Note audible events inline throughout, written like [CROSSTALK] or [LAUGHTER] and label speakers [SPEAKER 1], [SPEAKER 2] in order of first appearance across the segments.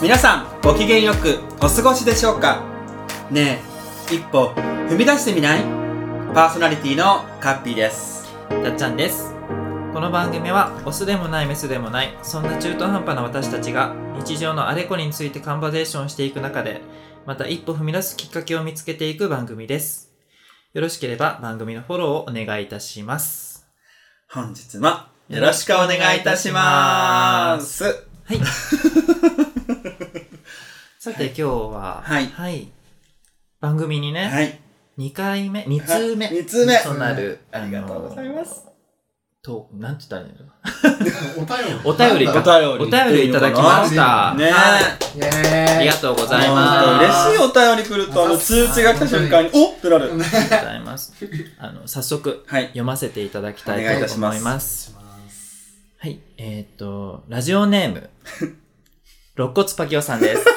[SPEAKER 1] 皆さんご機嫌よくお過ごしでしょうかねえ一歩踏み出してみないパーソナリティのカッピーです
[SPEAKER 2] たっちゃんですこの番組はオスでもないメスでもないそんな中途半端な私たちが日常のあれこれについてカンバゼーションしていく中でまた一歩踏み出すきっかけを見つけていく番組ですよろしければ番組のフォローをお願いいたします
[SPEAKER 1] 本日もよろしくお願いいたします
[SPEAKER 2] はいさて今日は
[SPEAKER 1] はい
[SPEAKER 2] 番組にね、
[SPEAKER 1] はい
[SPEAKER 2] 2回目2通目
[SPEAKER 1] はい二通目
[SPEAKER 2] となる、
[SPEAKER 1] うんありがとうございます
[SPEAKER 2] となんて言ったらいいんだろう
[SPEAKER 3] お
[SPEAKER 2] お便
[SPEAKER 3] 便り。
[SPEAKER 2] り
[SPEAKER 1] お
[SPEAKER 2] か
[SPEAKER 1] 便り
[SPEAKER 2] お便りいただきました。
[SPEAKER 1] ねえ、
[SPEAKER 2] はい
[SPEAKER 3] イェ
[SPEAKER 2] あ
[SPEAKER 3] ー
[SPEAKER 2] り
[SPEAKER 3] イ
[SPEAKER 2] が。とうご
[SPEAKER 1] 本
[SPEAKER 2] ざい
[SPEAKER 1] 当
[SPEAKER 2] ます。
[SPEAKER 1] 嬉しいお便り来るとあの通知が来た瞬間におっってなる
[SPEAKER 2] ありがとうございます。あの早速
[SPEAKER 1] はい
[SPEAKER 2] 読ませていただき
[SPEAKER 1] お
[SPEAKER 2] た
[SPEAKER 1] 願い
[SPEAKER 2] い
[SPEAKER 1] いた
[SPEAKER 2] と
[SPEAKER 1] し
[SPEAKER 2] 思
[SPEAKER 1] ま
[SPEAKER 2] い
[SPEAKER 1] す
[SPEAKER 2] ます。はい、えーっ、とラジオネーム肋骨パキオさんです。 [LAUGHS]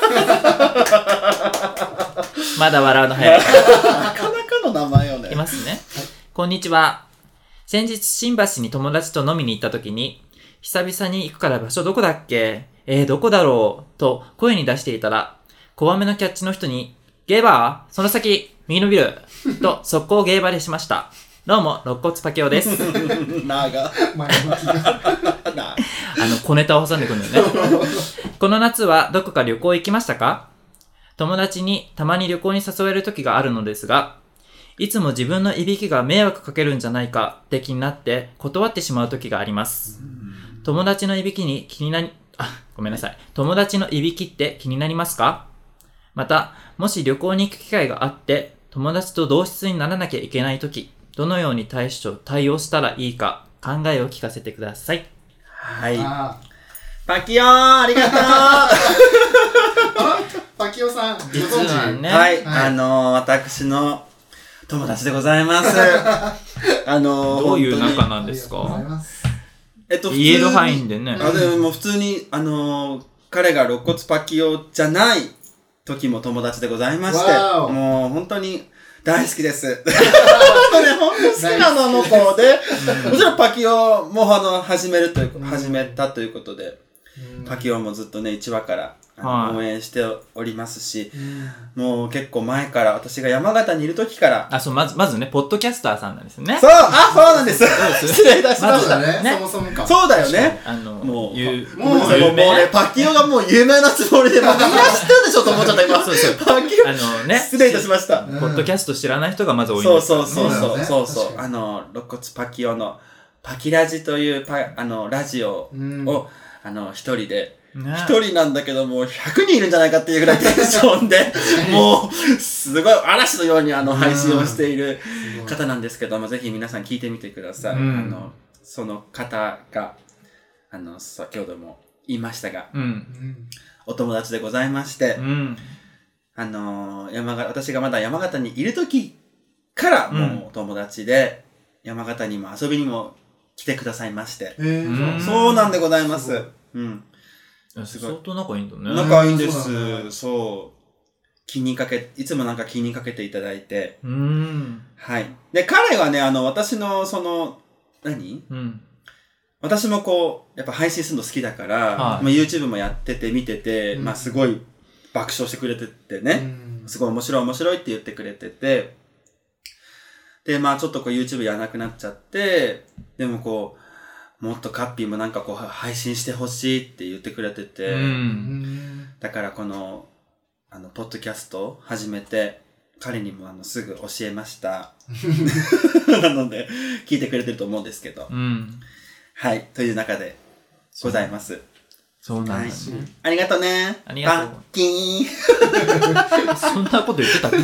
[SPEAKER 2] まだ笑うの早い。
[SPEAKER 3] なかなかの名前よね
[SPEAKER 2] い。ますね。こんにちは。先日、新橋に友達と飲みに行った時に、久々に行くから場所どこだっけえー、どこだろうと声に出していたら、怖めのキャッチの人に、ゲーバーその先右のビルと速攻ゲーバーでしました。どうも、肋骨パケオです。
[SPEAKER 1] [LAUGHS]
[SPEAKER 3] なが。前向きな。
[SPEAKER 2] あの、小ネタを挟んでくるんだよね。この夏はどこか旅行行きましたか友達にたまに旅行に誘える時があるのですが、いつも自分のいびきが迷惑かけるんじゃないかって気になって断ってしまう時があります。友達のいびきに気になり、あ、ごめんなさい。友達のいびきって気になりますかまた、もし旅行に行く機会があって、友達と同室にならなきゃいけない時、どのように対処、対応したらいいか考えを聞かせてください。
[SPEAKER 1] はい
[SPEAKER 3] あ
[SPEAKER 1] パキオーありがとう
[SPEAKER 3] ーパキオさん、ご
[SPEAKER 2] 実は
[SPEAKER 3] 存知
[SPEAKER 1] [LAUGHS]
[SPEAKER 2] ね、
[SPEAKER 1] はい、
[SPEAKER 3] はい
[SPEAKER 1] あのー、私の友達でござい [LAUGHS] ます。あのー、
[SPEAKER 2] どういう
[SPEAKER 1] 本当に
[SPEAKER 2] 仲なんです
[SPEAKER 3] ありがとうござい
[SPEAKER 2] か
[SPEAKER 3] ます
[SPEAKER 1] えっと、
[SPEAKER 2] イエローファイン
[SPEAKER 1] で。
[SPEAKER 2] でね。
[SPEAKER 1] あ、でも普通に、あのー、彼が肋骨パキオじゃない時も友達でございまして
[SPEAKER 3] わ、お
[SPEAKER 1] もう本当に大好きです。本当ね、本当に好きなの、あの子で。もちろんパキオもあの、始めるという、始めたということで、パキオもずっとね、1話からあの
[SPEAKER 2] はい
[SPEAKER 1] 応援しておりますし、
[SPEAKER 3] うん
[SPEAKER 1] もう結構前から、私が山形にいる時から、
[SPEAKER 2] あ、そう、まず、まずね、ポッドキャスターさんなんですね。
[SPEAKER 1] そうあそうなんです
[SPEAKER 2] す
[SPEAKER 1] 失礼いたしま
[SPEAKER 3] そ
[SPEAKER 1] し
[SPEAKER 3] う
[SPEAKER 1] た、
[SPEAKER 3] だね。
[SPEAKER 2] ね
[SPEAKER 3] そもそもか。
[SPEAKER 1] そうだよね
[SPEAKER 2] あの、
[SPEAKER 1] もう
[SPEAKER 2] ゆう
[SPEAKER 1] もうもうね
[SPEAKER 2] 有名。
[SPEAKER 1] パキオがもう有名なつもりで僕が知ってるでしょと思っちゃった今
[SPEAKER 2] そうそう
[SPEAKER 1] パキオ
[SPEAKER 2] あのね、
[SPEAKER 1] 失礼いたしました
[SPEAKER 3] うん
[SPEAKER 2] ポッドキャスト知らない人がまず多いん
[SPEAKER 1] そう
[SPEAKER 2] ですよ
[SPEAKER 1] そうそうそう
[SPEAKER 3] そうだね
[SPEAKER 1] そうそ
[SPEAKER 3] 確
[SPEAKER 1] う
[SPEAKER 3] か
[SPEAKER 1] あの肋骨パキオのパキラジというパあのラジオ
[SPEAKER 3] うん
[SPEAKER 1] をあの一人で
[SPEAKER 2] ね
[SPEAKER 1] 一人なんだけどもう100人いるんじゃないかっていうぐらいテンションでもうすごい嵐のようにあの配信をしている方なんですけどもぜひ皆さん聞いてみてください、
[SPEAKER 2] うん
[SPEAKER 1] あのその方があの先ほども言いましたが
[SPEAKER 2] うん。
[SPEAKER 3] うん
[SPEAKER 1] お友達でございまして、
[SPEAKER 2] うん。
[SPEAKER 1] あの山形私がまだ山形にいる時からもうお友達で山形にも遊びにも来てくださいまして、
[SPEAKER 3] え
[SPEAKER 2] う
[SPEAKER 3] ー
[SPEAKER 2] ん
[SPEAKER 1] そうなんでございます
[SPEAKER 3] す
[SPEAKER 1] うんすごい
[SPEAKER 2] 相当仲いいんだね。
[SPEAKER 1] 仲いいんで
[SPEAKER 3] そうなん
[SPEAKER 1] す。
[SPEAKER 3] だ
[SPEAKER 1] そう。気にかけ、いつもなんか気にかけていただいて。
[SPEAKER 2] うん。
[SPEAKER 1] はい。で、彼はね、あの、私の、その、何
[SPEAKER 2] うん。
[SPEAKER 1] 私もこう、やっぱ配信するの好きだから、
[SPEAKER 2] はい
[SPEAKER 1] まあ、YouTube もやってて、見てて、
[SPEAKER 3] うん
[SPEAKER 1] まあ、すごい爆笑してくれててね、
[SPEAKER 3] うん
[SPEAKER 1] すごい面白い面白いって言ってくれてて、で、まあ、ちょっとこう YouTube やらなくなっちゃって、でもこう、もっとカッピーもなんかこう、配信してほしいって言ってくれてて、
[SPEAKER 2] うん。
[SPEAKER 1] だからこの、あの、ポッドキャストを始めて、彼にもあの、すぐ教えました。 [LAUGHS] なので、聞いてくれてると思うんですけど。
[SPEAKER 2] うん。
[SPEAKER 1] はい、という中でございます。
[SPEAKER 2] そうなんだ
[SPEAKER 1] はい
[SPEAKER 2] ね。
[SPEAKER 1] ありがとうね。
[SPEAKER 2] ありがとう
[SPEAKER 1] パッキー。
[SPEAKER 2] そんなこと言ってたっけ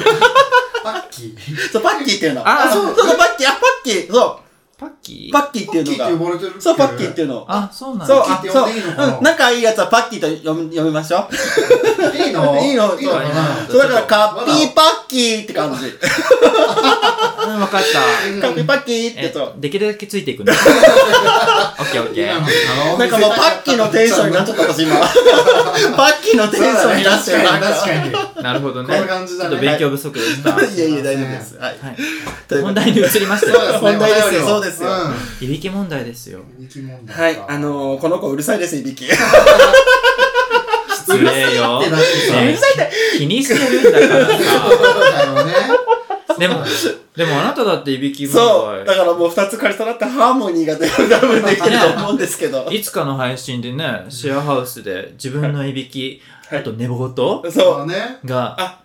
[SPEAKER 3] パッキー。
[SPEAKER 1] そう、パッキーっていうの。
[SPEAKER 2] あー
[SPEAKER 1] そうそうそう、パッキー、あ、パッキー。そ
[SPEAKER 2] パッ
[SPEAKER 1] う、
[SPEAKER 2] キー
[SPEAKER 1] パッキーって
[SPEAKER 3] パッキーって
[SPEAKER 1] いうの
[SPEAKER 3] 呼
[SPEAKER 1] が。
[SPEAKER 3] ばれてる
[SPEAKER 1] そう、パッキーって
[SPEAKER 3] い
[SPEAKER 1] いうの。
[SPEAKER 2] あ、そうなん
[SPEAKER 1] そう、
[SPEAKER 2] だ。
[SPEAKER 1] あ
[SPEAKER 3] パッキー、って呼んでいいのかな
[SPEAKER 1] そう、うん、仲いいやつはパッキーと読み読みましょう。
[SPEAKER 3] いの
[SPEAKER 1] いいの
[SPEAKER 3] いいのかな
[SPEAKER 1] そう、だから、
[SPEAKER 2] ちょっ
[SPEAKER 1] カッピーパッキーって感じ。
[SPEAKER 2] とうん、わかった。
[SPEAKER 1] [LAUGHS] カッピーパッキーって
[SPEAKER 2] え
[SPEAKER 1] と。、
[SPEAKER 2] できるだけついていく
[SPEAKER 1] [LAUGHS]
[SPEAKER 2] ね。オッケーオッケ
[SPEAKER 3] 今の
[SPEAKER 2] ー。
[SPEAKER 3] 顔
[SPEAKER 1] なんかもうパッキーのテンションになっちゃった私
[SPEAKER 3] [LAUGHS]
[SPEAKER 1] 今。パッキーのテンションになっちゃ
[SPEAKER 3] そう
[SPEAKER 1] っ
[SPEAKER 3] だね
[SPEAKER 1] た。
[SPEAKER 3] 確かに確か
[SPEAKER 2] なるほどね。
[SPEAKER 3] こんな感じだね
[SPEAKER 2] ちょっと勉強不足でした。はい
[SPEAKER 1] やいや大丈夫です。はい。というこ
[SPEAKER 2] い。
[SPEAKER 1] と
[SPEAKER 2] 本
[SPEAKER 1] で
[SPEAKER 2] 題に移りまし
[SPEAKER 3] に
[SPEAKER 2] た
[SPEAKER 3] そうで
[SPEAKER 2] よ。
[SPEAKER 3] すね
[SPEAKER 1] 本題ですよ
[SPEAKER 3] そうですよ
[SPEAKER 1] う
[SPEAKER 2] いびき問題ですよ。
[SPEAKER 3] うん人気問
[SPEAKER 1] は
[SPEAKER 3] 題
[SPEAKER 1] い、
[SPEAKER 3] [LAUGHS] か
[SPEAKER 1] あのー、この子うるさいです、いびき。
[SPEAKER 3] 失
[SPEAKER 2] つれえよ。
[SPEAKER 3] [LAUGHS] うるさいって
[SPEAKER 2] ねえ気にしてるんだからさ。
[SPEAKER 3] だよね。
[SPEAKER 2] でも、でもあなただっていびき分
[SPEAKER 1] そう。だ
[SPEAKER 2] 解。
[SPEAKER 1] からもう二つ借り揃ってハーモニーが多分できると思うんですけど。
[SPEAKER 2] いつかの配信でね、シェアハウスで自分のいびき、
[SPEAKER 1] はい
[SPEAKER 2] あと寝言
[SPEAKER 1] そう。
[SPEAKER 3] うね。
[SPEAKER 2] が、
[SPEAKER 1] あ、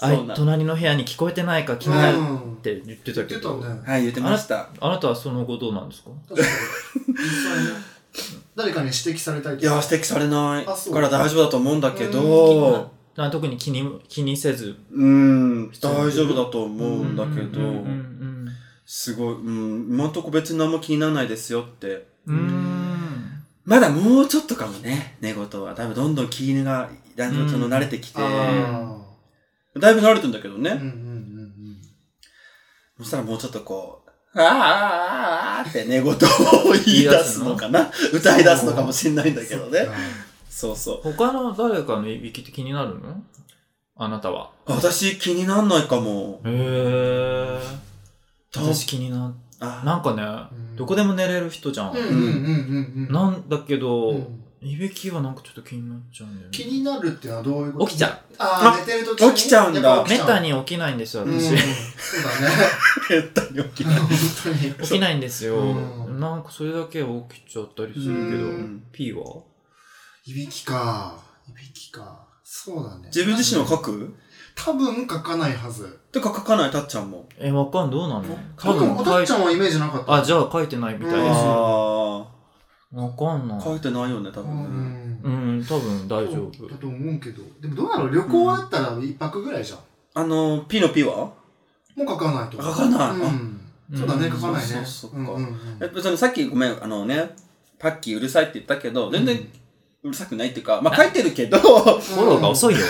[SPEAKER 2] あい
[SPEAKER 1] そうなの。
[SPEAKER 2] 隣の部屋に聞こえてないか気
[SPEAKER 3] う
[SPEAKER 2] になる
[SPEAKER 3] ん
[SPEAKER 2] っ。て言って
[SPEAKER 3] 言
[SPEAKER 2] た
[SPEAKER 3] っ
[SPEAKER 2] け
[SPEAKER 3] てた
[SPEAKER 2] ど、
[SPEAKER 3] ね。
[SPEAKER 1] はい、言ってました。
[SPEAKER 2] あなたはその後どうなんですか
[SPEAKER 3] 確かに。実際ね。誰かに指摘されたい
[SPEAKER 1] いや、指摘されない
[SPEAKER 3] あそう
[SPEAKER 1] から大丈夫だと思うんだけ
[SPEAKER 3] う
[SPEAKER 1] ど、
[SPEAKER 2] あ特に気に気にせず。
[SPEAKER 1] うん、大丈夫だと思うんだけ
[SPEAKER 2] うんうん
[SPEAKER 1] ど
[SPEAKER 2] う、ん
[SPEAKER 1] すごい、うん、今んとこ別に何も気にならないですよって。
[SPEAKER 2] うん。うん
[SPEAKER 1] まだもうちょっとかもね、寝言は。多分どんどん気が、だんだんその慣れてきて、だ
[SPEAKER 3] あ
[SPEAKER 1] いぶ慣れてんだけど
[SPEAKER 3] あ。うんう
[SPEAKER 1] ね。
[SPEAKER 3] んうん
[SPEAKER 1] そしたらもうちょっとこう、あーあーあーあーって寝言を言い出すのかな歌い出すのかもしんないんだけど
[SPEAKER 3] うん。
[SPEAKER 1] ね。そうそう。
[SPEAKER 2] 他の誰かのいびきって気になるのあなたは。
[SPEAKER 1] 私気になんないかも。
[SPEAKER 2] へえ。
[SPEAKER 1] た
[SPEAKER 2] 私気にな、
[SPEAKER 1] あ
[SPEAKER 2] なんか
[SPEAKER 3] うん
[SPEAKER 2] ね、どこでも寝れる人じゃん。
[SPEAKER 3] うんうんうんうんうん。
[SPEAKER 2] なんだけど、
[SPEAKER 3] うん
[SPEAKER 2] いびきはなんかちょっと気になっちゃうんだよね。
[SPEAKER 3] 気になるってのはどういうこと
[SPEAKER 2] 起きちゃ
[SPEAKER 3] あ
[SPEAKER 1] あ
[SPEAKER 3] あ、寝てる時に
[SPEAKER 1] 起きちゃうんだ
[SPEAKER 3] やっぱ
[SPEAKER 2] う。
[SPEAKER 3] 起
[SPEAKER 2] め
[SPEAKER 3] き
[SPEAKER 2] っ
[SPEAKER 3] ちゃう
[SPEAKER 2] たに起きないんですよ、
[SPEAKER 3] うん
[SPEAKER 2] 私。
[SPEAKER 3] そうだね。
[SPEAKER 1] めったに起きない。
[SPEAKER 3] 本当に。
[SPEAKER 2] 起きないんですよ。
[SPEAKER 3] うん
[SPEAKER 2] なんかそれだけ起きちゃったりするけど。
[SPEAKER 3] う
[SPEAKER 1] うんん
[SPEAKER 2] P はい
[SPEAKER 3] びきか。いびきか。そうだね。
[SPEAKER 1] 自分自身は書く
[SPEAKER 3] 多分書かないはず。
[SPEAKER 1] てか書かないたっちゃんも。
[SPEAKER 2] え、わかん、どうなの多
[SPEAKER 3] 僕も
[SPEAKER 2] 分
[SPEAKER 3] おた
[SPEAKER 2] 書
[SPEAKER 3] っ
[SPEAKER 2] い
[SPEAKER 3] ちゃんはイメージなかった。
[SPEAKER 2] あ、じゃあ書いてないみたいです。
[SPEAKER 1] あ
[SPEAKER 2] わかんな
[SPEAKER 1] あ。
[SPEAKER 2] い
[SPEAKER 1] 書。いてないよね、多
[SPEAKER 3] う
[SPEAKER 1] 分ね。
[SPEAKER 3] ん。
[SPEAKER 2] うん、多分大丈
[SPEAKER 3] そう
[SPEAKER 2] 夫
[SPEAKER 3] だ。と思うけど。でもどうなの旅行だったら一泊ぐらいじゃん。
[SPEAKER 1] あの、P の P は
[SPEAKER 3] もう書かないと。
[SPEAKER 1] 書かない
[SPEAKER 3] うん。そうだね、
[SPEAKER 2] うん
[SPEAKER 3] 書かないね。
[SPEAKER 1] そうそう
[SPEAKER 3] うんうんうん
[SPEAKER 1] え、別にさっきごめん、あのね、パッキーうるさいって言ったけど、全
[SPEAKER 3] うん
[SPEAKER 1] 然うるさくないっていうか、まあ書いてるけど、 [LAUGHS]
[SPEAKER 2] フォローが遅いよ。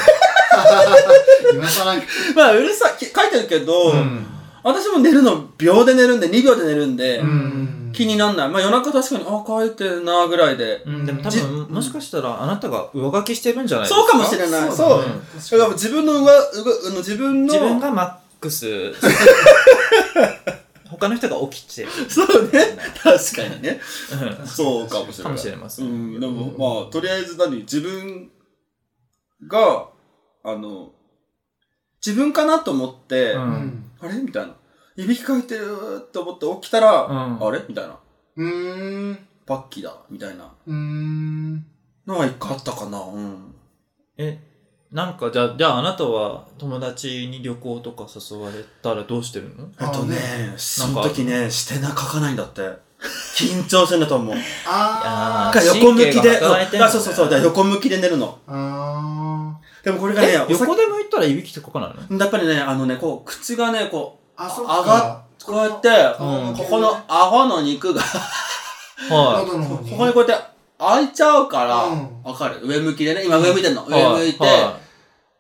[SPEAKER 3] 今更、
[SPEAKER 1] まあうるさい、き書いてるけど、
[SPEAKER 2] うん。
[SPEAKER 1] 私も寝るの秒で寝るんで、2秒で寝るんで、
[SPEAKER 3] うん
[SPEAKER 1] 気になんない。まあ夜中確かに、あ、書いてるなぐらいで。
[SPEAKER 2] うん、でも多
[SPEAKER 1] じ
[SPEAKER 2] 分、もしかしたらあなたが上書きしてるんじゃないですか
[SPEAKER 1] そうかもしれない。
[SPEAKER 3] そう
[SPEAKER 1] そう。
[SPEAKER 2] だね
[SPEAKER 1] だから自分の上、上、あの自分の、
[SPEAKER 2] 自分がマックス。 [LAUGHS] 他の人が起きてる。
[SPEAKER 1] [LAUGHS] そうね。確かにね。そうかもしれ
[SPEAKER 2] うんか
[SPEAKER 1] ない。
[SPEAKER 2] もしれませ。
[SPEAKER 1] うんん、でも、まあ、とりあえず何自分が、あの、自分かなと思って、
[SPEAKER 2] う
[SPEAKER 3] うんん。
[SPEAKER 1] あれみたいな。いびきかいてると思って起きたら、
[SPEAKER 2] うん
[SPEAKER 1] あれみたいな。
[SPEAKER 3] うーん。
[SPEAKER 1] パッキーだ。みたいな。
[SPEAKER 3] うーん。
[SPEAKER 1] のは一回あったかな。うん。
[SPEAKER 2] え、なんかじゃあ、じゃああなたは友達に旅行とか誘われたらどうしてるの
[SPEAKER 1] えっとね
[SPEAKER 3] あ、
[SPEAKER 1] その時ね、してな、書かないんだって。緊張してんだと思
[SPEAKER 2] [LAUGHS]
[SPEAKER 1] う。
[SPEAKER 3] あ
[SPEAKER 2] い
[SPEAKER 3] ー
[SPEAKER 1] だか
[SPEAKER 2] や
[SPEAKER 1] ら横向き
[SPEAKER 2] 神経が
[SPEAKER 1] で、
[SPEAKER 2] 働い
[SPEAKER 1] そ
[SPEAKER 2] てん
[SPEAKER 1] う
[SPEAKER 2] のね
[SPEAKER 1] あそうそうそう、だから横向きで寝るの。
[SPEAKER 3] あー。
[SPEAKER 1] でもこれがね
[SPEAKER 2] え、、
[SPEAKER 1] お酒
[SPEAKER 2] 横で向いたらいびきとかかないの
[SPEAKER 1] やっぱりね、あのね、こう、口がね、こ
[SPEAKER 3] あ、そっ
[SPEAKER 1] 上が
[SPEAKER 3] か。
[SPEAKER 1] う、こうやって、
[SPEAKER 2] うん
[SPEAKER 1] ここの顎の肉が、
[SPEAKER 2] は
[SPEAKER 3] 喉の方
[SPEAKER 1] こ
[SPEAKER 3] に。
[SPEAKER 1] こにこうやって開いちゃうから、わ、
[SPEAKER 3] うん
[SPEAKER 1] かる上向きでね、今上向いてんの。
[SPEAKER 2] い。は
[SPEAKER 1] 上向いて、
[SPEAKER 2] は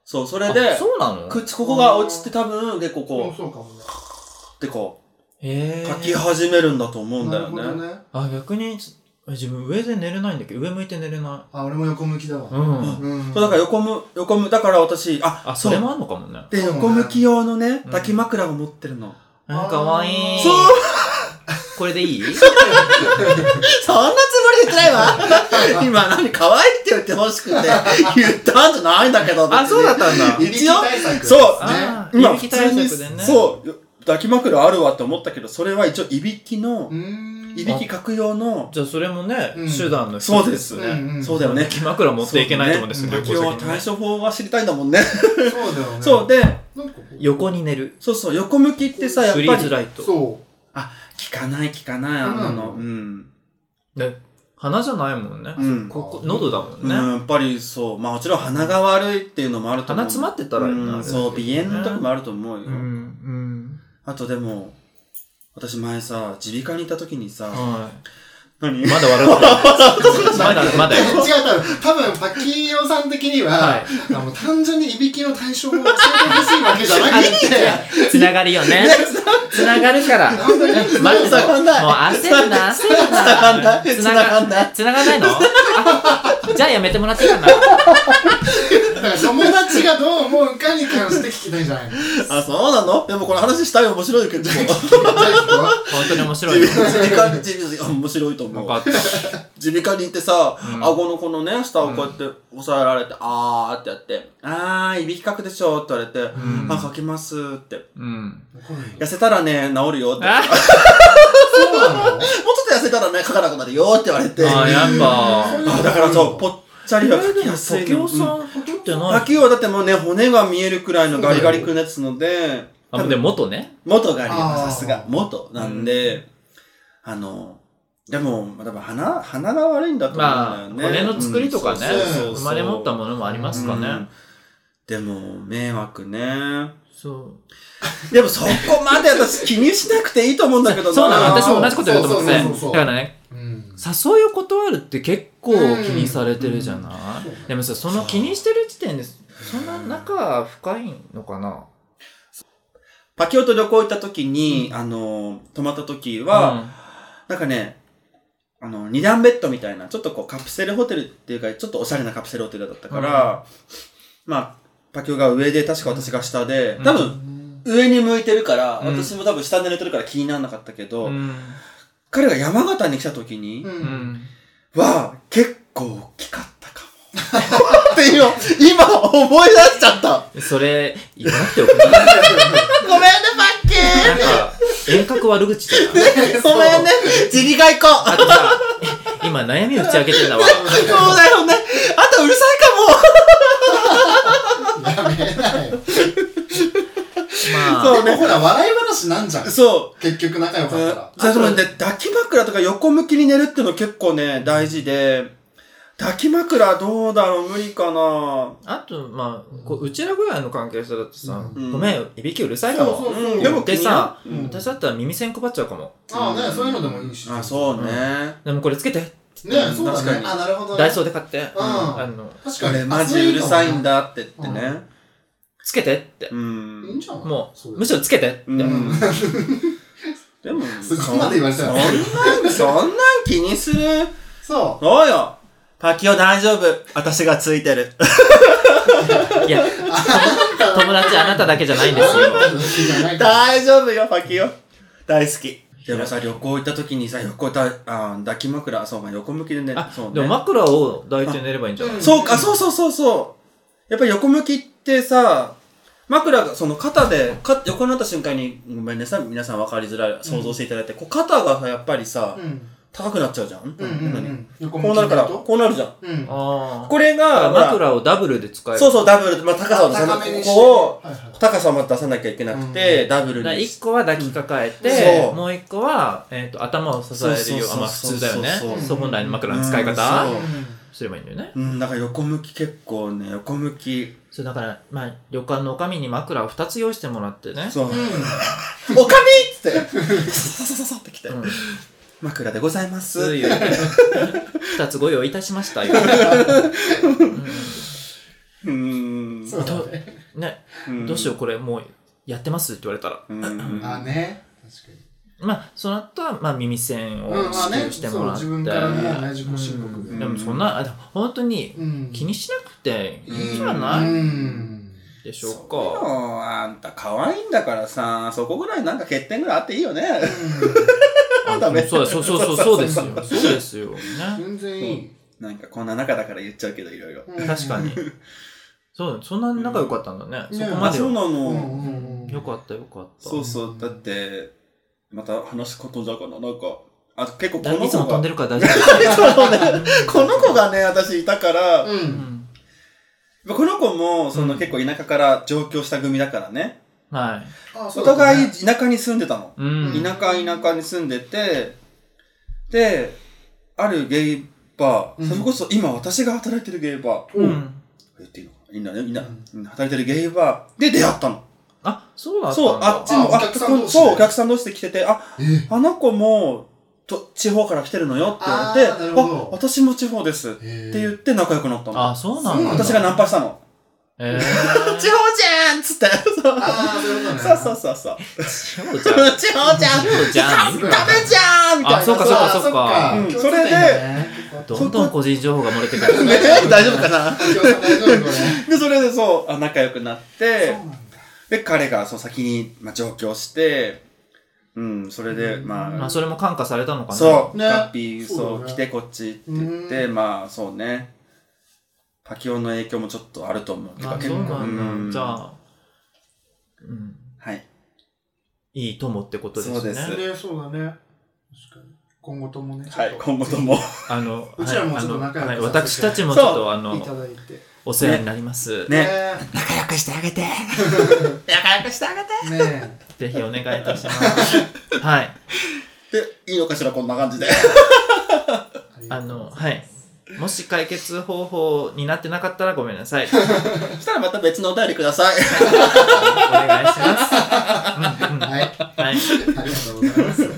[SPEAKER 1] そう、それで
[SPEAKER 2] あ、そうなの
[SPEAKER 1] 口、ここが落ちて多分、結構
[SPEAKER 3] うん
[SPEAKER 1] こ
[SPEAKER 3] そうかもね。
[SPEAKER 1] う、ってこ
[SPEAKER 2] へ
[SPEAKER 1] う、
[SPEAKER 2] え。
[SPEAKER 1] 書き始めるんだと思うんだ
[SPEAKER 3] なる
[SPEAKER 1] よ
[SPEAKER 3] ほ
[SPEAKER 1] ね。
[SPEAKER 3] どね。
[SPEAKER 2] あ、逆に、え自分上で寝れないんだけど、上向いて寝れな
[SPEAKER 3] あ、俺も横向きだわ
[SPEAKER 2] い。。うん。
[SPEAKER 3] うん
[SPEAKER 1] そう、だから横む、横む、だから私、あ、
[SPEAKER 2] あ、それもあんのかもね。
[SPEAKER 1] で、
[SPEAKER 3] そうね
[SPEAKER 1] 横向き用のね、
[SPEAKER 2] うん
[SPEAKER 1] 抱き枕を持ってるの。
[SPEAKER 2] あーかわいい。
[SPEAKER 1] そう
[SPEAKER 2] これでいい
[SPEAKER 1] そんなつもりで言ってないわ [LAUGHS] 今何可愛いって言ってほしくて [LAUGHS] 言ったんじゃないんだけど。
[SPEAKER 2] あ、そうだったんだ。
[SPEAKER 1] い一応
[SPEAKER 3] いびき対策
[SPEAKER 1] そう
[SPEAKER 2] あー
[SPEAKER 1] 今
[SPEAKER 2] いびき対策で
[SPEAKER 1] 普通
[SPEAKER 2] ね。
[SPEAKER 1] にそう、よ抱き枕あるわって思ったけど、それは一応いびきの、
[SPEAKER 3] うーん。
[SPEAKER 1] いびきかく用の、
[SPEAKER 2] じゃあそれもね、
[SPEAKER 3] うん
[SPEAKER 2] 手段の一つ
[SPEAKER 1] そうですね、
[SPEAKER 3] うんうん
[SPEAKER 1] そうだよね。
[SPEAKER 2] 枕持っていけないと思うんですけど、
[SPEAKER 1] 抱き
[SPEAKER 2] 旅行
[SPEAKER 1] 用
[SPEAKER 2] 先にね
[SPEAKER 1] 対処法は知りたいんだもんね。
[SPEAKER 3] そうだよね。
[SPEAKER 1] そうで、
[SPEAKER 3] なんかこう
[SPEAKER 2] 横に寝る。
[SPEAKER 1] そうそう、横向きってさ、やっ
[SPEAKER 2] フリ
[SPEAKER 1] ぱ
[SPEAKER 2] ーズ
[SPEAKER 1] り、
[SPEAKER 2] ライト。
[SPEAKER 3] そ
[SPEAKER 1] 効かない効かない、あんなの。
[SPEAKER 3] う
[SPEAKER 1] うん。
[SPEAKER 2] ね、鼻じゃないもんね。
[SPEAKER 1] うん。
[SPEAKER 2] ここ、喉だもんね。
[SPEAKER 1] うん、やっぱりそう。まあもちろん鼻が悪いっていうのもあると思う。
[SPEAKER 2] 鼻詰まってたらいいな
[SPEAKER 1] うんそう、鼻炎のとこもあると思うよ。
[SPEAKER 2] うん、うん。
[SPEAKER 1] あとでも、私前さ、耳鼻科に行った時にさ、
[SPEAKER 2] は
[SPEAKER 1] 何
[SPEAKER 2] い。まだ笑ってる。まだ、ま
[SPEAKER 3] う。
[SPEAKER 2] だ
[SPEAKER 3] 違う、
[SPEAKER 2] よ。
[SPEAKER 3] 多分、多分、パッキーオさん的に
[SPEAKER 2] は
[SPEAKER 3] は、
[SPEAKER 2] い。
[SPEAKER 3] あの、単純にいびきの対象を教えてほしいわけじゃなくて、
[SPEAKER 2] つながるよね。つながるから。もう
[SPEAKER 1] つながんない
[SPEAKER 2] 焦るな、焦る
[SPEAKER 1] つながんな
[SPEAKER 2] な。
[SPEAKER 1] いつながんない
[SPEAKER 2] つながんないのあじゃあやめてもらっていいかな。
[SPEAKER 3] から友達がどう思うかに関して聞きたいんじゃないの
[SPEAKER 1] [LAUGHS] あ、そうなのでもこの話したい面白い
[SPEAKER 2] [LAUGHS]
[SPEAKER 1] けど。
[SPEAKER 2] 本当に面白い
[SPEAKER 1] 耳
[SPEAKER 2] ね。
[SPEAKER 1] 鼻科に、耳鼻科、面白いと思
[SPEAKER 2] 分
[SPEAKER 1] う。
[SPEAKER 2] かった。
[SPEAKER 1] 耳鼻科に行ってさ、
[SPEAKER 2] うん
[SPEAKER 1] 顎のこのね、下をこうやって押さえられて、あーってやって、あー、いびきかくでしょって言われて、
[SPEAKER 2] ん
[SPEAKER 1] あ、かきますって。
[SPEAKER 2] うん。
[SPEAKER 1] 痩せたらね、治るよって。もう
[SPEAKER 2] あ
[SPEAKER 3] そうなの
[SPEAKER 1] ちょっと痩せたらね、かかなくなるよって言われて。
[SPEAKER 2] あー、やっぱ。
[SPEAKER 1] あだからそう、ぽっちゃりはかきやすい
[SPEAKER 2] 時
[SPEAKER 1] の。
[SPEAKER 2] 生さん、太って
[SPEAKER 1] うんパ
[SPEAKER 2] ない。
[SPEAKER 1] キオはだってもうね、骨が見えるくらいのガリガリ君ですので、
[SPEAKER 2] あ、でも元ね。
[SPEAKER 1] 元ガリ
[SPEAKER 3] あ
[SPEAKER 1] は
[SPEAKER 3] ー
[SPEAKER 1] さすが、元なんで、あの、でも、まあ多分鼻、鼻が悪いんだと
[SPEAKER 2] ま
[SPEAKER 1] 思
[SPEAKER 2] あ、
[SPEAKER 1] うんだよね。
[SPEAKER 2] 骨の作りとかね
[SPEAKER 1] うんそうそうそう、
[SPEAKER 2] 生まれ持ったものもありますか
[SPEAKER 1] うん
[SPEAKER 2] ね。
[SPEAKER 1] でも、迷惑ね。
[SPEAKER 2] そう。
[SPEAKER 1] でも、そこまで私気にしなくていいと思うんだけど
[SPEAKER 2] そうなの、
[SPEAKER 3] あー
[SPEAKER 2] 私も同じこと言おうと思って
[SPEAKER 3] そうそうそうそう
[SPEAKER 2] だからね、
[SPEAKER 3] うん
[SPEAKER 2] 誘いを断るって結構気にされてるじゃない、
[SPEAKER 3] うん
[SPEAKER 2] でもさ、その気にしてる時点で、そんな仲深いのかな
[SPEAKER 1] パキオと旅行行った時に、あの、泊まった時は、なんかね、あの、二段ベッドみたいな、ちょっとこうカプセルホテルっていうか、ちょっとおしゃれなカプセルホテルだったから、まあ、パキオが上で、確か私が下で
[SPEAKER 2] う、ん
[SPEAKER 1] 多分、上に向いてるから、
[SPEAKER 2] うん
[SPEAKER 1] 私も多分下で寝てるから気にならなかったけど、
[SPEAKER 2] うん。うん。
[SPEAKER 1] 彼が山形に来た時に
[SPEAKER 3] う、
[SPEAKER 2] うんん。
[SPEAKER 1] は、結構大きかったかも。っていうの、今思い出しちゃった。
[SPEAKER 2] それ、言わなくてよくないなん
[SPEAKER 1] ごめんね、パッキー
[SPEAKER 2] か、遠隔悪口だよ。
[SPEAKER 1] ごめんね、地味が行こう。
[SPEAKER 2] あとさ、 [LAUGHS] 今悩み打ち明けてんだわ。
[SPEAKER 1] そうだよね。あとうるさい
[SPEAKER 3] やめなよ
[SPEAKER 2] ま
[SPEAKER 1] そ
[SPEAKER 2] あ、
[SPEAKER 1] う
[SPEAKER 3] でもほら笑い話なんじゃん
[SPEAKER 1] かも。そう。
[SPEAKER 3] 結局仲良かったら
[SPEAKER 1] 最初のね、抱き枕とか横向きに寝るっていうの結構ね、大事で、抱き枕どうだろう無理かな
[SPEAKER 2] あと、まあ、こううちらぐらいの関係者だってさ、
[SPEAKER 1] うん
[SPEAKER 2] ごめん、いびきうるさいかも。
[SPEAKER 3] そうそう
[SPEAKER 1] うんでも
[SPEAKER 2] でさ、
[SPEAKER 1] 気になる
[SPEAKER 2] 私だったら耳栓配っちゃうかも。
[SPEAKER 3] ああねそういうのでもいいし
[SPEAKER 1] あ、そうね。
[SPEAKER 2] でもこれつけて、
[SPEAKER 3] ねそう
[SPEAKER 1] 確か
[SPEAKER 3] だね
[SPEAKER 1] に
[SPEAKER 3] あなるほどね
[SPEAKER 2] ダイソーで買って、
[SPEAKER 3] ん
[SPEAKER 2] あの、
[SPEAKER 3] 確
[SPEAKER 1] こ
[SPEAKER 3] か
[SPEAKER 1] れ
[SPEAKER 3] に
[SPEAKER 1] マジうるさいん
[SPEAKER 3] だ
[SPEAKER 1] だってってね。
[SPEAKER 2] つけてって。
[SPEAKER 1] う
[SPEAKER 3] いいん
[SPEAKER 1] ん。
[SPEAKER 3] じゃん
[SPEAKER 2] も、
[SPEAKER 3] そうれ
[SPEAKER 2] むしろつけてって。
[SPEAKER 1] うん
[SPEAKER 2] うん。
[SPEAKER 1] でも、
[SPEAKER 3] そこまで言われた
[SPEAKER 1] そん
[SPEAKER 3] ら
[SPEAKER 1] なん、そんなん気にする。
[SPEAKER 3] そ
[SPEAKER 1] そうよ。パキオ大丈夫。私がついてる。[LAUGHS]
[SPEAKER 2] いや、
[SPEAKER 3] うあなんか
[SPEAKER 2] 友達あなただけじゃないんですよ。
[SPEAKER 3] じゃないから
[SPEAKER 1] 大丈夫よ、パキオ。大好き。でもさ、旅行行った時にさ、横た、あ抱き枕、そうか、横向きでね
[SPEAKER 2] あ、、
[SPEAKER 1] そうね。
[SPEAKER 2] でも枕を抱いて寝ればいいんじゃない
[SPEAKER 3] うん
[SPEAKER 1] そうか、そうそうそうそう。やっぱり横向きってさ、枕がその肩で、か横になった瞬間に、ごめんなさい、皆さん分かりづらい、想像していただいて、こう肩がさ、やっぱりさ、
[SPEAKER 3] うん
[SPEAKER 1] 高くなっちゃうじゃん。
[SPEAKER 3] うんうんうん
[SPEAKER 1] こ
[SPEAKER 3] 横
[SPEAKER 1] う
[SPEAKER 3] 向き
[SPEAKER 1] な
[SPEAKER 3] に
[SPEAKER 1] るから、
[SPEAKER 3] と
[SPEAKER 1] こうなるじゃん。
[SPEAKER 3] うん
[SPEAKER 2] あ
[SPEAKER 1] これ
[SPEAKER 2] あ。
[SPEAKER 1] が、ほら
[SPEAKER 2] 枕をダブルで使える。
[SPEAKER 1] そうそう、ダブル、まあ、高さを出さな
[SPEAKER 3] 高
[SPEAKER 1] く
[SPEAKER 3] めにして
[SPEAKER 1] ここを、
[SPEAKER 3] はいはい。
[SPEAKER 1] 高さをまた出さなきゃいけなくて、ダブル
[SPEAKER 2] だから
[SPEAKER 1] に
[SPEAKER 2] 一個は抱きかかえ
[SPEAKER 1] うん
[SPEAKER 2] て、
[SPEAKER 1] そう
[SPEAKER 2] もう一個は、えっと、頭を支える
[SPEAKER 1] そ
[SPEAKER 2] よ
[SPEAKER 1] うそうそうそう
[SPEAKER 2] う。あまあ、普通だよね
[SPEAKER 1] そう
[SPEAKER 2] そう本来の枕の使い
[SPEAKER 1] うん
[SPEAKER 2] 方
[SPEAKER 1] そう
[SPEAKER 2] すればいいんだよね。
[SPEAKER 1] うん、だから横向き結構ね、横向き。
[SPEAKER 2] そう、だから、まあ、旅館のおかみに枕を2つ用意してもらってね。
[SPEAKER 1] そう。
[SPEAKER 3] うんうん
[SPEAKER 1] [LAUGHS] おかみっつって、ささささってきて、
[SPEAKER 2] うん。
[SPEAKER 1] 枕でございます。
[SPEAKER 2] そういう。2つご用意いたしましたよ。
[SPEAKER 1] [LAUGHS]
[SPEAKER 2] うん
[SPEAKER 1] うーん。
[SPEAKER 3] そうだね
[SPEAKER 2] ね、
[SPEAKER 1] ん
[SPEAKER 2] どうしよう、これもうやってますって言われたら。
[SPEAKER 1] うん
[SPEAKER 3] あね確かに
[SPEAKER 2] まあ、その後は、まあ、耳栓
[SPEAKER 3] う
[SPEAKER 2] を
[SPEAKER 3] んまあ
[SPEAKER 2] 支
[SPEAKER 3] ね
[SPEAKER 2] 給してもらって。
[SPEAKER 3] そう自分からね内受講申告
[SPEAKER 2] うん
[SPEAKER 3] で
[SPEAKER 2] でも、そんな、あでも本当に
[SPEAKER 3] うん
[SPEAKER 2] 気にしなくていいじゃ
[SPEAKER 3] う
[SPEAKER 2] ない
[SPEAKER 3] ん
[SPEAKER 2] でしょ
[SPEAKER 1] そう
[SPEAKER 2] か。
[SPEAKER 1] うか。あんた可愛いんだからさ、そこぐらいなんか欠点ぐらいあっていいよね。
[SPEAKER 2] あ
[SPEAKER 1] ダメ
[SPEAKER 2] そうそうそうそうそう
[SPEAKER 3] [LAUGHS]
[SPEAKER 2] ですよ。そうですよ。ね。
[SPEAKER 3] 全然いい
[SPEAKER 1] なんかこんな中だから言っちゃうけどいろいろ。
[SPEAKER 3] うん
[SPEAKER 2] 確かに。そう、そんなに仲良かったんだね。
[SPEAKER 3] うん
[SPEAKER 2] そこま
[SPEAKER 1] あ、
[SPEAKER 2] で
[SPEAKER 1] そうな
[SPEAKER 2] は。
[SPEAKER 3] う
[SPEAKER 1] の。
[SPEAKER 3] んうん
[SPEAKER 2] よかったよかった。
[SPEAKER 1] そうそう。だって、また話すことじゃかな。なんか、あ、結構こ
[SPEAKER 2] だ
[SPEAKER 1] の
[SPEAKER 2] いつ
[SPEAKER 1] 子
[SPEAKER 2] も飛ん
[SPEAKER 1] が
[SPEAKER 2] で、るから大丈夫。
[SPEAKER 1] この子がね、私いたから、
[SPEAKER 3] う
[SPEAKER 2] [LAUGHS] うんん
[SPEAKER 1] この子も、そうの
[SPEAKER 2] ん
[SPEAKER 1] 結構田舎から上京した組だからね。
[SPEAKER 2] はい。
[SPEAKER 3] あそ
[SPEAKER 1] お
[SPEAKER 3] うだ
[SPEAKER 1] 互
[SPEAKER 3] ね
[SPEAKER 1] い田舎に住んでたの。
[SPEAKER 2] うん。
[SPEAKER 1] 田舎田舎に住んでて、で、あるゲイバ
[SPEAKER 3] うん
[SPEAKER 1] ー、それこそ今私が働いてるゲイバー、
[SPEAKER 2] うん。
[SPEAKER 1] 言っていいのかみんなね、みんな、うん働いてるゲイバーで出会ったの。
[SPEAKER 2] あ、そうだったん
[SPEAKER 1] そう、
[SPEAKER 2] だ
[SPEAKER 1] あっちも、
[SPEAKER 3] あお客さん同士で
[SPEAKER 1] そう、お客さん同士で来てて、あ、
[SPEAKER 3] え
[SPEAKER 1] あの子も、と、地方から来てるのよって言われて、
[SPEAKER 3] あーなる
[SPEAKER 1] あ
[SPEAKER 3] ほど
[SPEAKER 1] 私も地方ですって
[SPEAKER 3] え
[SPEAKER 1] 言って仲良くなったの。
[SPEAKER 2] あ、そうなんだ。
[SPEAKER 3] そうなんだ
[SPEAKER 1] 私がナンパしたの。
[SPEAKER 2] え [LAUGHS]
[SPEAKER 1] 地方じゃんっつって。そう
[SPEAKER 3] ああそういうことね
[SPEAKER 1] [LAUGHS] そうそうそうそう。
[SPEAKER 2] ちほ
[SPEAKER 1] ち
[SPEAKER 2] ち
[SPEAKER 1] ほ
[SPEAKER 2] ゃん。
[SPEAKER 1] ちゃんちゃん
[SPEAKER 2] ちほちゃ
[SPEAKER 1] ダ
[SPEAKER 2] ん
[SPEAKER 1] メじゃんみたいな。
[SPEAKER 2] あそうかそうかそうか
[SPEAKER 1] うん
[SPEAKER 3] 気をつ
[SPEAKER 1] そ
[SPEAKER 3] け
[SPEAKER 1] れ
[SPEAKER 3] て
[SPEAKER 1] で
[SPEAKER 3] ね
[SPEAKER 2] どんどん個人情報が漏れてくる。
[SPEAKER 1] ね大丈夫かな
[SPEAKER 3] お嬢さん大丈夫こ
[SPEAKER 1] で、
[SPEAKER 3] れ
[SPEAKER 1] それでそう、あ仲良くなって
[SPEAKER 3] そう、なんだ
[SPEAKER 1] で、彼がその先に、まあ、上京して、うん、それで、まあ、
[SPEAKER 2] まあ、それも感化されたのかな。
[SPEAKER 1] そう、
[SPEAKER 3] ね
[SPEAKER 1] ガッピー、
[SPEAKER 3] そ
[SPEAKER 1] そうう、
[SPEAKER 3] だね
[SPEAKER 1] 来てこっちって言って、
[SPEAKER 3] う
[SPEAKER 1] まあ、そうね。パキオンの影響もちょっとあると思う。
[SPEAKER 2] あ、
[SPEAKER 1] て
[SPEAKER 2] そ
[SPEAKER 1] か
[SPEAKER 2] う
[SPEAKER 1] 結構
[SPEAKER 2] なん
[SPEAKER 1] う
[SPEAKER 2] だ。じゃあ、うん、
[SPEAKER 1] はい。
[SPEAKER 2] いい友ってことですね。
[SPEAKER 1] そうです
[SPEAKER 3] ね、そうだね。確かに。今後ともね。
[SPEAKER 1] はい、
[SPEAKER 3] ちょっ
[SPEAKER 1] 今後と
[SPEAKER 2] [LAUGHS]
[SPEAKER 1] も。
[SPEAKER 2] あの、
[SPEAKER 3] うちらもちょっと仲良く
[SPEAKER 2] あのはい、
[SPEAKER 3] させて
[SPEAKER 2] 私たちもちょっと、あ
[SPEAKER 3] とい
[SPEAKER 2] の
[SPEAKER 3] た、だいて。
[SPEAKER 2] お世話になります。
[SPEAKER 1] ね
[SPEAKER 2] 仲良くしてあげて。
[SPEAKER 1] 仲良くしてあげて
[SPEAKER 3] ねね
[SPEAKER 2] ぜひお願いいたし [LAUGHS] ます。はい。
[SPEAKER 1] で、いいのかしら、こんな感
[SPEAKER 2] [LAUGHS]
[SPEAKER 1] じで。
[SPEAKER 2] あの、はい。もし解決方法になってなかったらごめんな [LAUGHS] さい。
[SPEAKER 1] そしたらまた別のお便りください。
[SPEAKER 2] お願いします。うんうん
[SPEAKER 3] はい。あ
[SPEAKER 2] はい。
[SPEAKER 3] りがとうございます。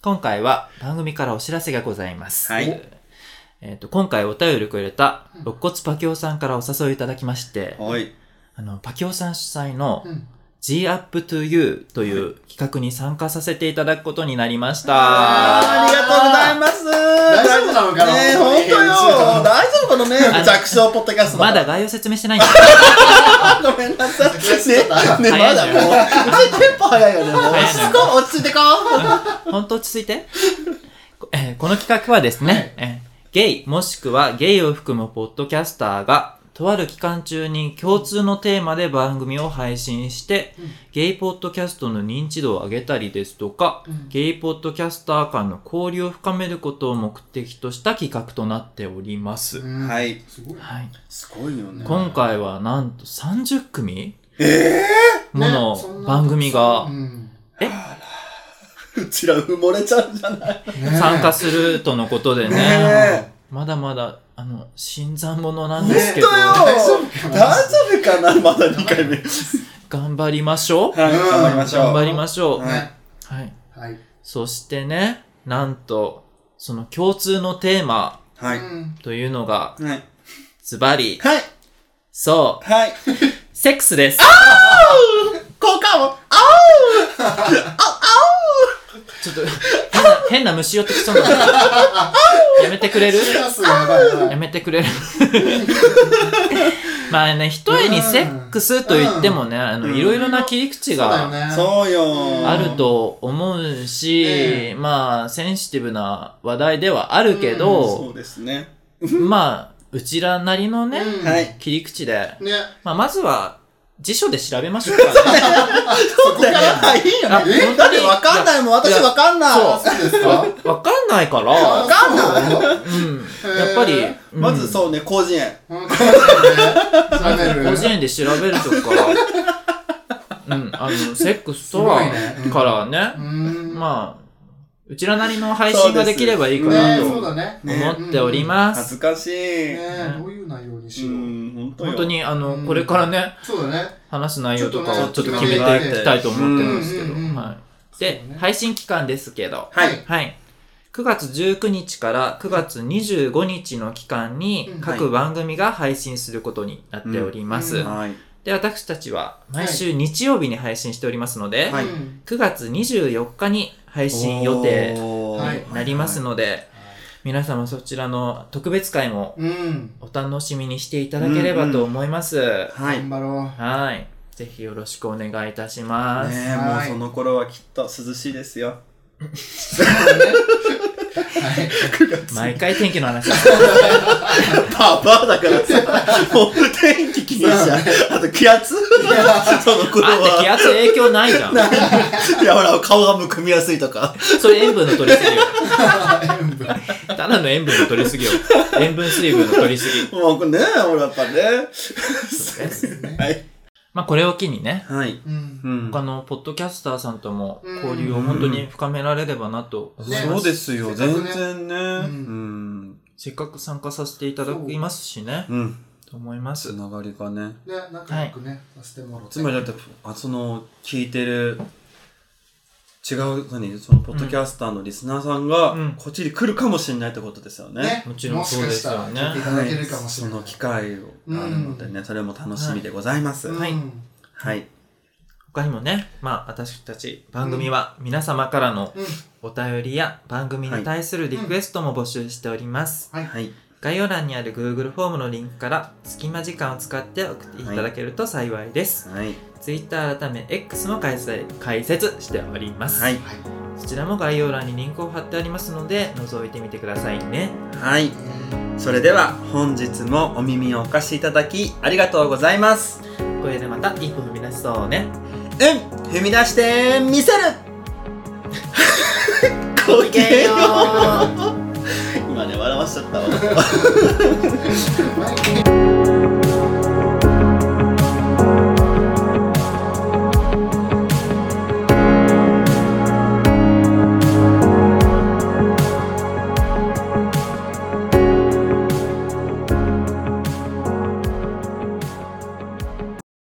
[SPEAKER 2] 今回は番組からお知らせがございます。
[SPEAKER 1] はい
[SPEAKER 2] えっ、と、今回お便りをくれた、肋骨パキオさんからお誘いいただきまして、
[SPEAKER 1] はい。
[SPEAKER 2] あの、パキオさん主催の
[SPEAKER 3] うん
[SPEAKER 2] G-Up to You という企画に参加させていただくことになりました。
[SPEAKER 1] あーありがとうございます。
[SPEAKER 3] 大丈夫なのかな
[SPEAKER 1] ねえ、ほんとよ。大丈夫かなね、弱小ポッドキャスト
[SPEAKER 2] まだ
[SPEAKER 1] か
[SPEAKER 2] 概要説明してないんで
[SPEAKER 1] ら。ごめんなさい。ね、ね、まだもう。うちテンポ早いよね、もう。
[SPEAKER 2] 早い
[SPEAKER 1] すごい落ち着いてこう。
[SPEAKER 2] 本当落ち着いて。 [LAUGHS] こえーこの企画はですね、えーゲイもしくはゲイを含むポッドキャスターが、とある期間中に共通のテーマで番組を配信して、ゲイポッドキャストの認知度を上げたりですとか、
[SPEAKER 3] うん
[SPEAKER 2] ゲイポッドキャスター間の交流を深めることを目的とした企画となっております。
[SPEAKER 3] うん
[SPEAKER 1] はい
[SPEAKER 3] すごい。
[SPEAKER 2] はい、
[SPEAKER 1] すごいよね。
[SPEAKER 2] 今回はなんと30組
[SPEAKER 1] え
[SPEAKER 2] も
[SPEAKER 3] ねそん
[SPEAKER 2] の
[SPEAKER 3] な
[SPEAKER 2] 番組
[SPEAKER 3] う
[SPEAKER 2] が
[SPEAKER 3] ん
[SPEAKER 1] ー、うちら埋もれちゃうんじゃない
[SPEAKER 3] ね
[SPEAKER 2] 参加するとのことでね
[SPEAKER 1] ねえ。
[SPEAKER 2] まだまだ、あの、新参者なん
[SPEAKER 1] 本
[SPEAKER 2] です
[SPEAKER 1] 当
[SPEAKER 2] けど、
[SPEAKER 1] よ
[SPEAKER 3] 大丈夫かな
[SPEAKER 1] 大丈夫かなまだ2回目。はい、
[SPEAKER 2] 頑張りましょう。
[SPEAKER 1] 頑張りまし
[SPEAKER 2] 頑
[SPEAKER 1] ょ
[SPEAKER 2] 張
[SPEAKER 1] う。
[SPEAKER 2] りましょう。
[SPEAKER 1] はい
[SPEAKER 3] ね
[SPEAKER 2] はい。
[SPEAKER 3] はい。
[SPEAKER 2] そしてね、なんと、その共通のテーマ
[SPEAKER 1] は
[SPEAKER 3] う
[SPEAKER 1] い。
[SPEAKER 3] ん
[SPEAKER 2] というのが、
[SPEAKER 1] はい。
[SPEAKER 2] ズバリ、
[SPEAKER 1] はい。
[SPEAKER 2] そ
[SPEAKER 1] はい。
[SPEAKER 2] う、セックスです。
[SPEAKER 1] 効果音
[SPEAKER 2] ちょっと、変な、変な虫寄ってきそうなんだ。やめてくれる
[SPEAKER 3] シラスやばいな
[SPEAKER 2] やめてくれるまあね、一重にセックスと言ってもね、あの、
[SPEAKER 1] うん
[SPEAKER 2] いろいろな切り口
[SPEAKER 3] そうだよ
[SPEAKER 2] が、
[SPEAKER 3] ね。
[SPEAKER 1] そうよー
[SPEAKER 2] あると思うし、
[SPEAKER 3] ええ
[SPEAKER 2] まあ、センシティブな話題ではあるけ
[SPEAKER 1] そ
[SPEAKER 2] ど
[SPEAKER 1] う、ですね。
[SPEAKER 2] まあ、うちらなりのね、
[SPEAKER 3] うん
[SPEAKER 1] はい。
[SPEAKER 2] 切り口で、
[SPEAKER 3] ね。
[SPEAKER 2] まあ、まずは、辞書で調べましょうか、ね。
[SPEAKER 1] そこからはいいよ
[SPEAKER 2] あ
[SPEAKER 1] ね。
[SPEAKER 2] 本
[SPEAKER 1] だっ
[SPEAKER 2] 当
[SPEAKER 1] て
[SPEAKER 2] に
[SPEAKER 1] わかんないもん、私わかんない。
[SPEAKER 2] そ
[SPEAKER 3] そうですかわ
[SPEAKER 2] わかんないから、
[SPEAKER 1] かん
[SPEAKER 3] ない。
[SPEAKER 2] うん。やっぱり、
[SPEAKER 3] へ
[SPEAKER 2] うん
[SPEAKER 1] まずそうね、広辞苑。
[SPEAKER 3] うんそうだよね。チャンネル
[SPEAKER 2] 広辞苑で調べるとか、 [LAUGHS] うん、あの、セックスと
[SPEAKER 3] す
[SPEAKER 2] は、
[SPEAKER 3] ごいねうん
[SPEAKER 2] からね、
[SPEAKER 3] うん
[SPEAKER 2] まあ、うちらなりの配信ができればいい
[SPEAKER 1] そ
[SPEAKER 2] か
[SPEAKER 1] う
[SPEAKER 2] な
[SPEAKER 3] ね
[SPEAKER 1] です
[SPEAKER 3] そう
[SPEAKER 2] と
[SPEAKER 3] だね。
[SPEAKER 1] ね
[SPEAKER 2] 思っておりま
[SPEAKER 1] 恥
[SPEAKER 2] す。
[SPEAKER 1] ずかしい。
[SPEAKER 3] ねどういう内容にし
[SPEAKER 1] う
[SPEAKER 3] よう。
[SPEAKER 1] ん、本当よ
[SPEAKER 2] 本当。に、あの、
[SPEAKER 3] うん
[SPEAKER 2] これからね、
[SPEAKER 3] そうだね。
[SPEAKER 2] 話す内容とかをち
[SPEAKER 3] ち
[SPEAKER 2] ょ
[SPEAKER 3] ょ
[SPEAKER 2] っ
[SPEAKER 3] っ
[SPEAKER 2] と
[SPEAKER 3] と
[SPEAKER 2] 決
[SPEAKER 3] ね
[SPEAKER 2] めていきたいと思ってるんですけど、
[SPEAKER 3] うん
[SPEAKER 2] はい。で
[SPEAKER 3] そう、ね
[SPEAKER 2] 配信期間ですけど、
[SPEAKER 1] はい。
[SPEAKER 2] はい。9月19日から9月25日の期間に
[SPEAKER 3] うん
[SPEAKER 2] 各番組が配信することになっております。
[SPEAKER 3] うん
[SPEAKER 1] はい。
[SPEAKER 2] で、私たちは毎週日曜日に配信しておりますので、
[SPEAKER 1] はい
[SPEAKER 3] うん
[SPEAKER 2] 9月24日に配信予定
[SPEAKER 1] お
[SPEAKER 3] はい
[SPEAKER 1] ー
[SPEAKER 2] になりますので、皆様そちらの特別会も
[SPEAKER 3] うん。
[SPEAKER 2] お楽しみにしていただければと思います。
[SPEAKER 1] はい。
[SPEAKER 3] 頑
[SPEAKER 1] ね
[SPEAKER 3] 張ろ
[SPEAKER 2] はい。ぜひよろしくお願いいたします。
[SPEAKER 1] え、もう
[SPEAKER 3] はい
[SPEAKER 1] その頃はきっと涼しいですよ。
[SPEAKER 3] う。はい。
[SPEAKER 2] 毎回天気の
[SPEAKER 1] [LAUGHS]
[SPEAKER 2] 話。
[SPEAKER 1] パパだからさ、 [LAUGHS] もう天気気にしちゃう。あと気圧 [LAUGHS] その頃
[SPEAKER 2] あって気
[SPEAKER 1] は。
[SPEAKER 2] 圧影響ないじゃん。
[SPEAKER 1] いや、ほら、顔がむくみやすいとか。
[SPEAKER 2] それ塩分の取りすぎよ。
[SPEAKER 3] 塩分
[SPEAKER 2] ただの塩分の取りすぎよ。塩分水分の取りすぎ。
[SPEAKER 1] もうね、ほら、やっぱね。はい。
[SPEAKER 2] まあこれを機にね、
[SPEAKER 1] はい。
[SPEAKER 3] うん。
[SPEAKER 1] うん
[SPEAKER 2] 他のポッドキャスターさんとも
[SPEAKER 3] うん
[SPEAKER 2] 交流を本当に深められればなと思います。
[SPEAKER 3] ね
[SPEAKER 1] そうですよ、
[SPEAKER 3] せっかく
[SPEAKER 1] 全然
[SPEAKER 3] ね
[SPEAKER 1] ね。
[SPEAKER 3] う
[SPEAKER 1] うん。
[SPEAKER 2] せっかく参加させていただきますしね、
[SPEAKER 1] うん。
[SPEAKER 2] と思いま
[SPEAKER 1] つ
[SPEAKER 2] す。
[SPEAKER 1] ながりがね。
[SPEAKER 3] ね、仲良くね、させてもらって。
[SPEAKER 1] つまりだって、あその、聞いてる、違う、何その、ポッドキャスターのリスナーさんが、
[SPEAKER 2] うん
[SPEAKER 1] こっちに来るかもしれないってことですよね。
[SPEAKER 3] ね。
[SPEAKER 2] もちろん
[SPEAKER 3] もし
[SPEAKER 2] そう
[SPEAKER 3] か
[SPEAKER 2] で
[SPEAKER 3] し
[SPEAKER 2] す
[SPEAKER 3] た
[SPEAKER 2] よね
[SPEAKER 3] ら聞いていただけるかもし
[SPEAKER 1] そ
[SPEAKER 3] れない。
[SPEAKER 1] の機会をがあるのでね、それも楽しみでございます。
[SPEAKER 3] うん
[SPEAKER 2] はい
[SPEAKER 1] はい。
[SPEAKER 2] 他にもね、まあ、私たち番組は皆様からの
[SPEAKER 3] うん
[SPEAKER 2] お便りや番組に対するリクエストも募集しております。
[SPEAKER 3] はい。
[SPEAKER 1] はい。
[SPEAKER 2] 概要欄にある Google フォームのリンクから隙間時間を使って送っていただけると幸いです。
[SPEAKER 1] はい。
[SPEAKER 2] Twitter 改め X も開催開設しております、
[SPEAKER 1] はい。
[SPEAKER 3] は
[SPEAKER 2] そちらも概要欄にリンクを貼ってありますので、覗いてみてくださいね。
[SPEAKER 1] はい。それでは、本日もお耳をお貸しいただき、ありがとうございます。
[SPEAKER 2] これでまた一歩踏み出しそうね。
[SPEAKER 1] うん踏み出して、見せる [LAUGHS] ごきげんよう今ね、笑わしちゃったわ。
[SPEAKER 3] い。はい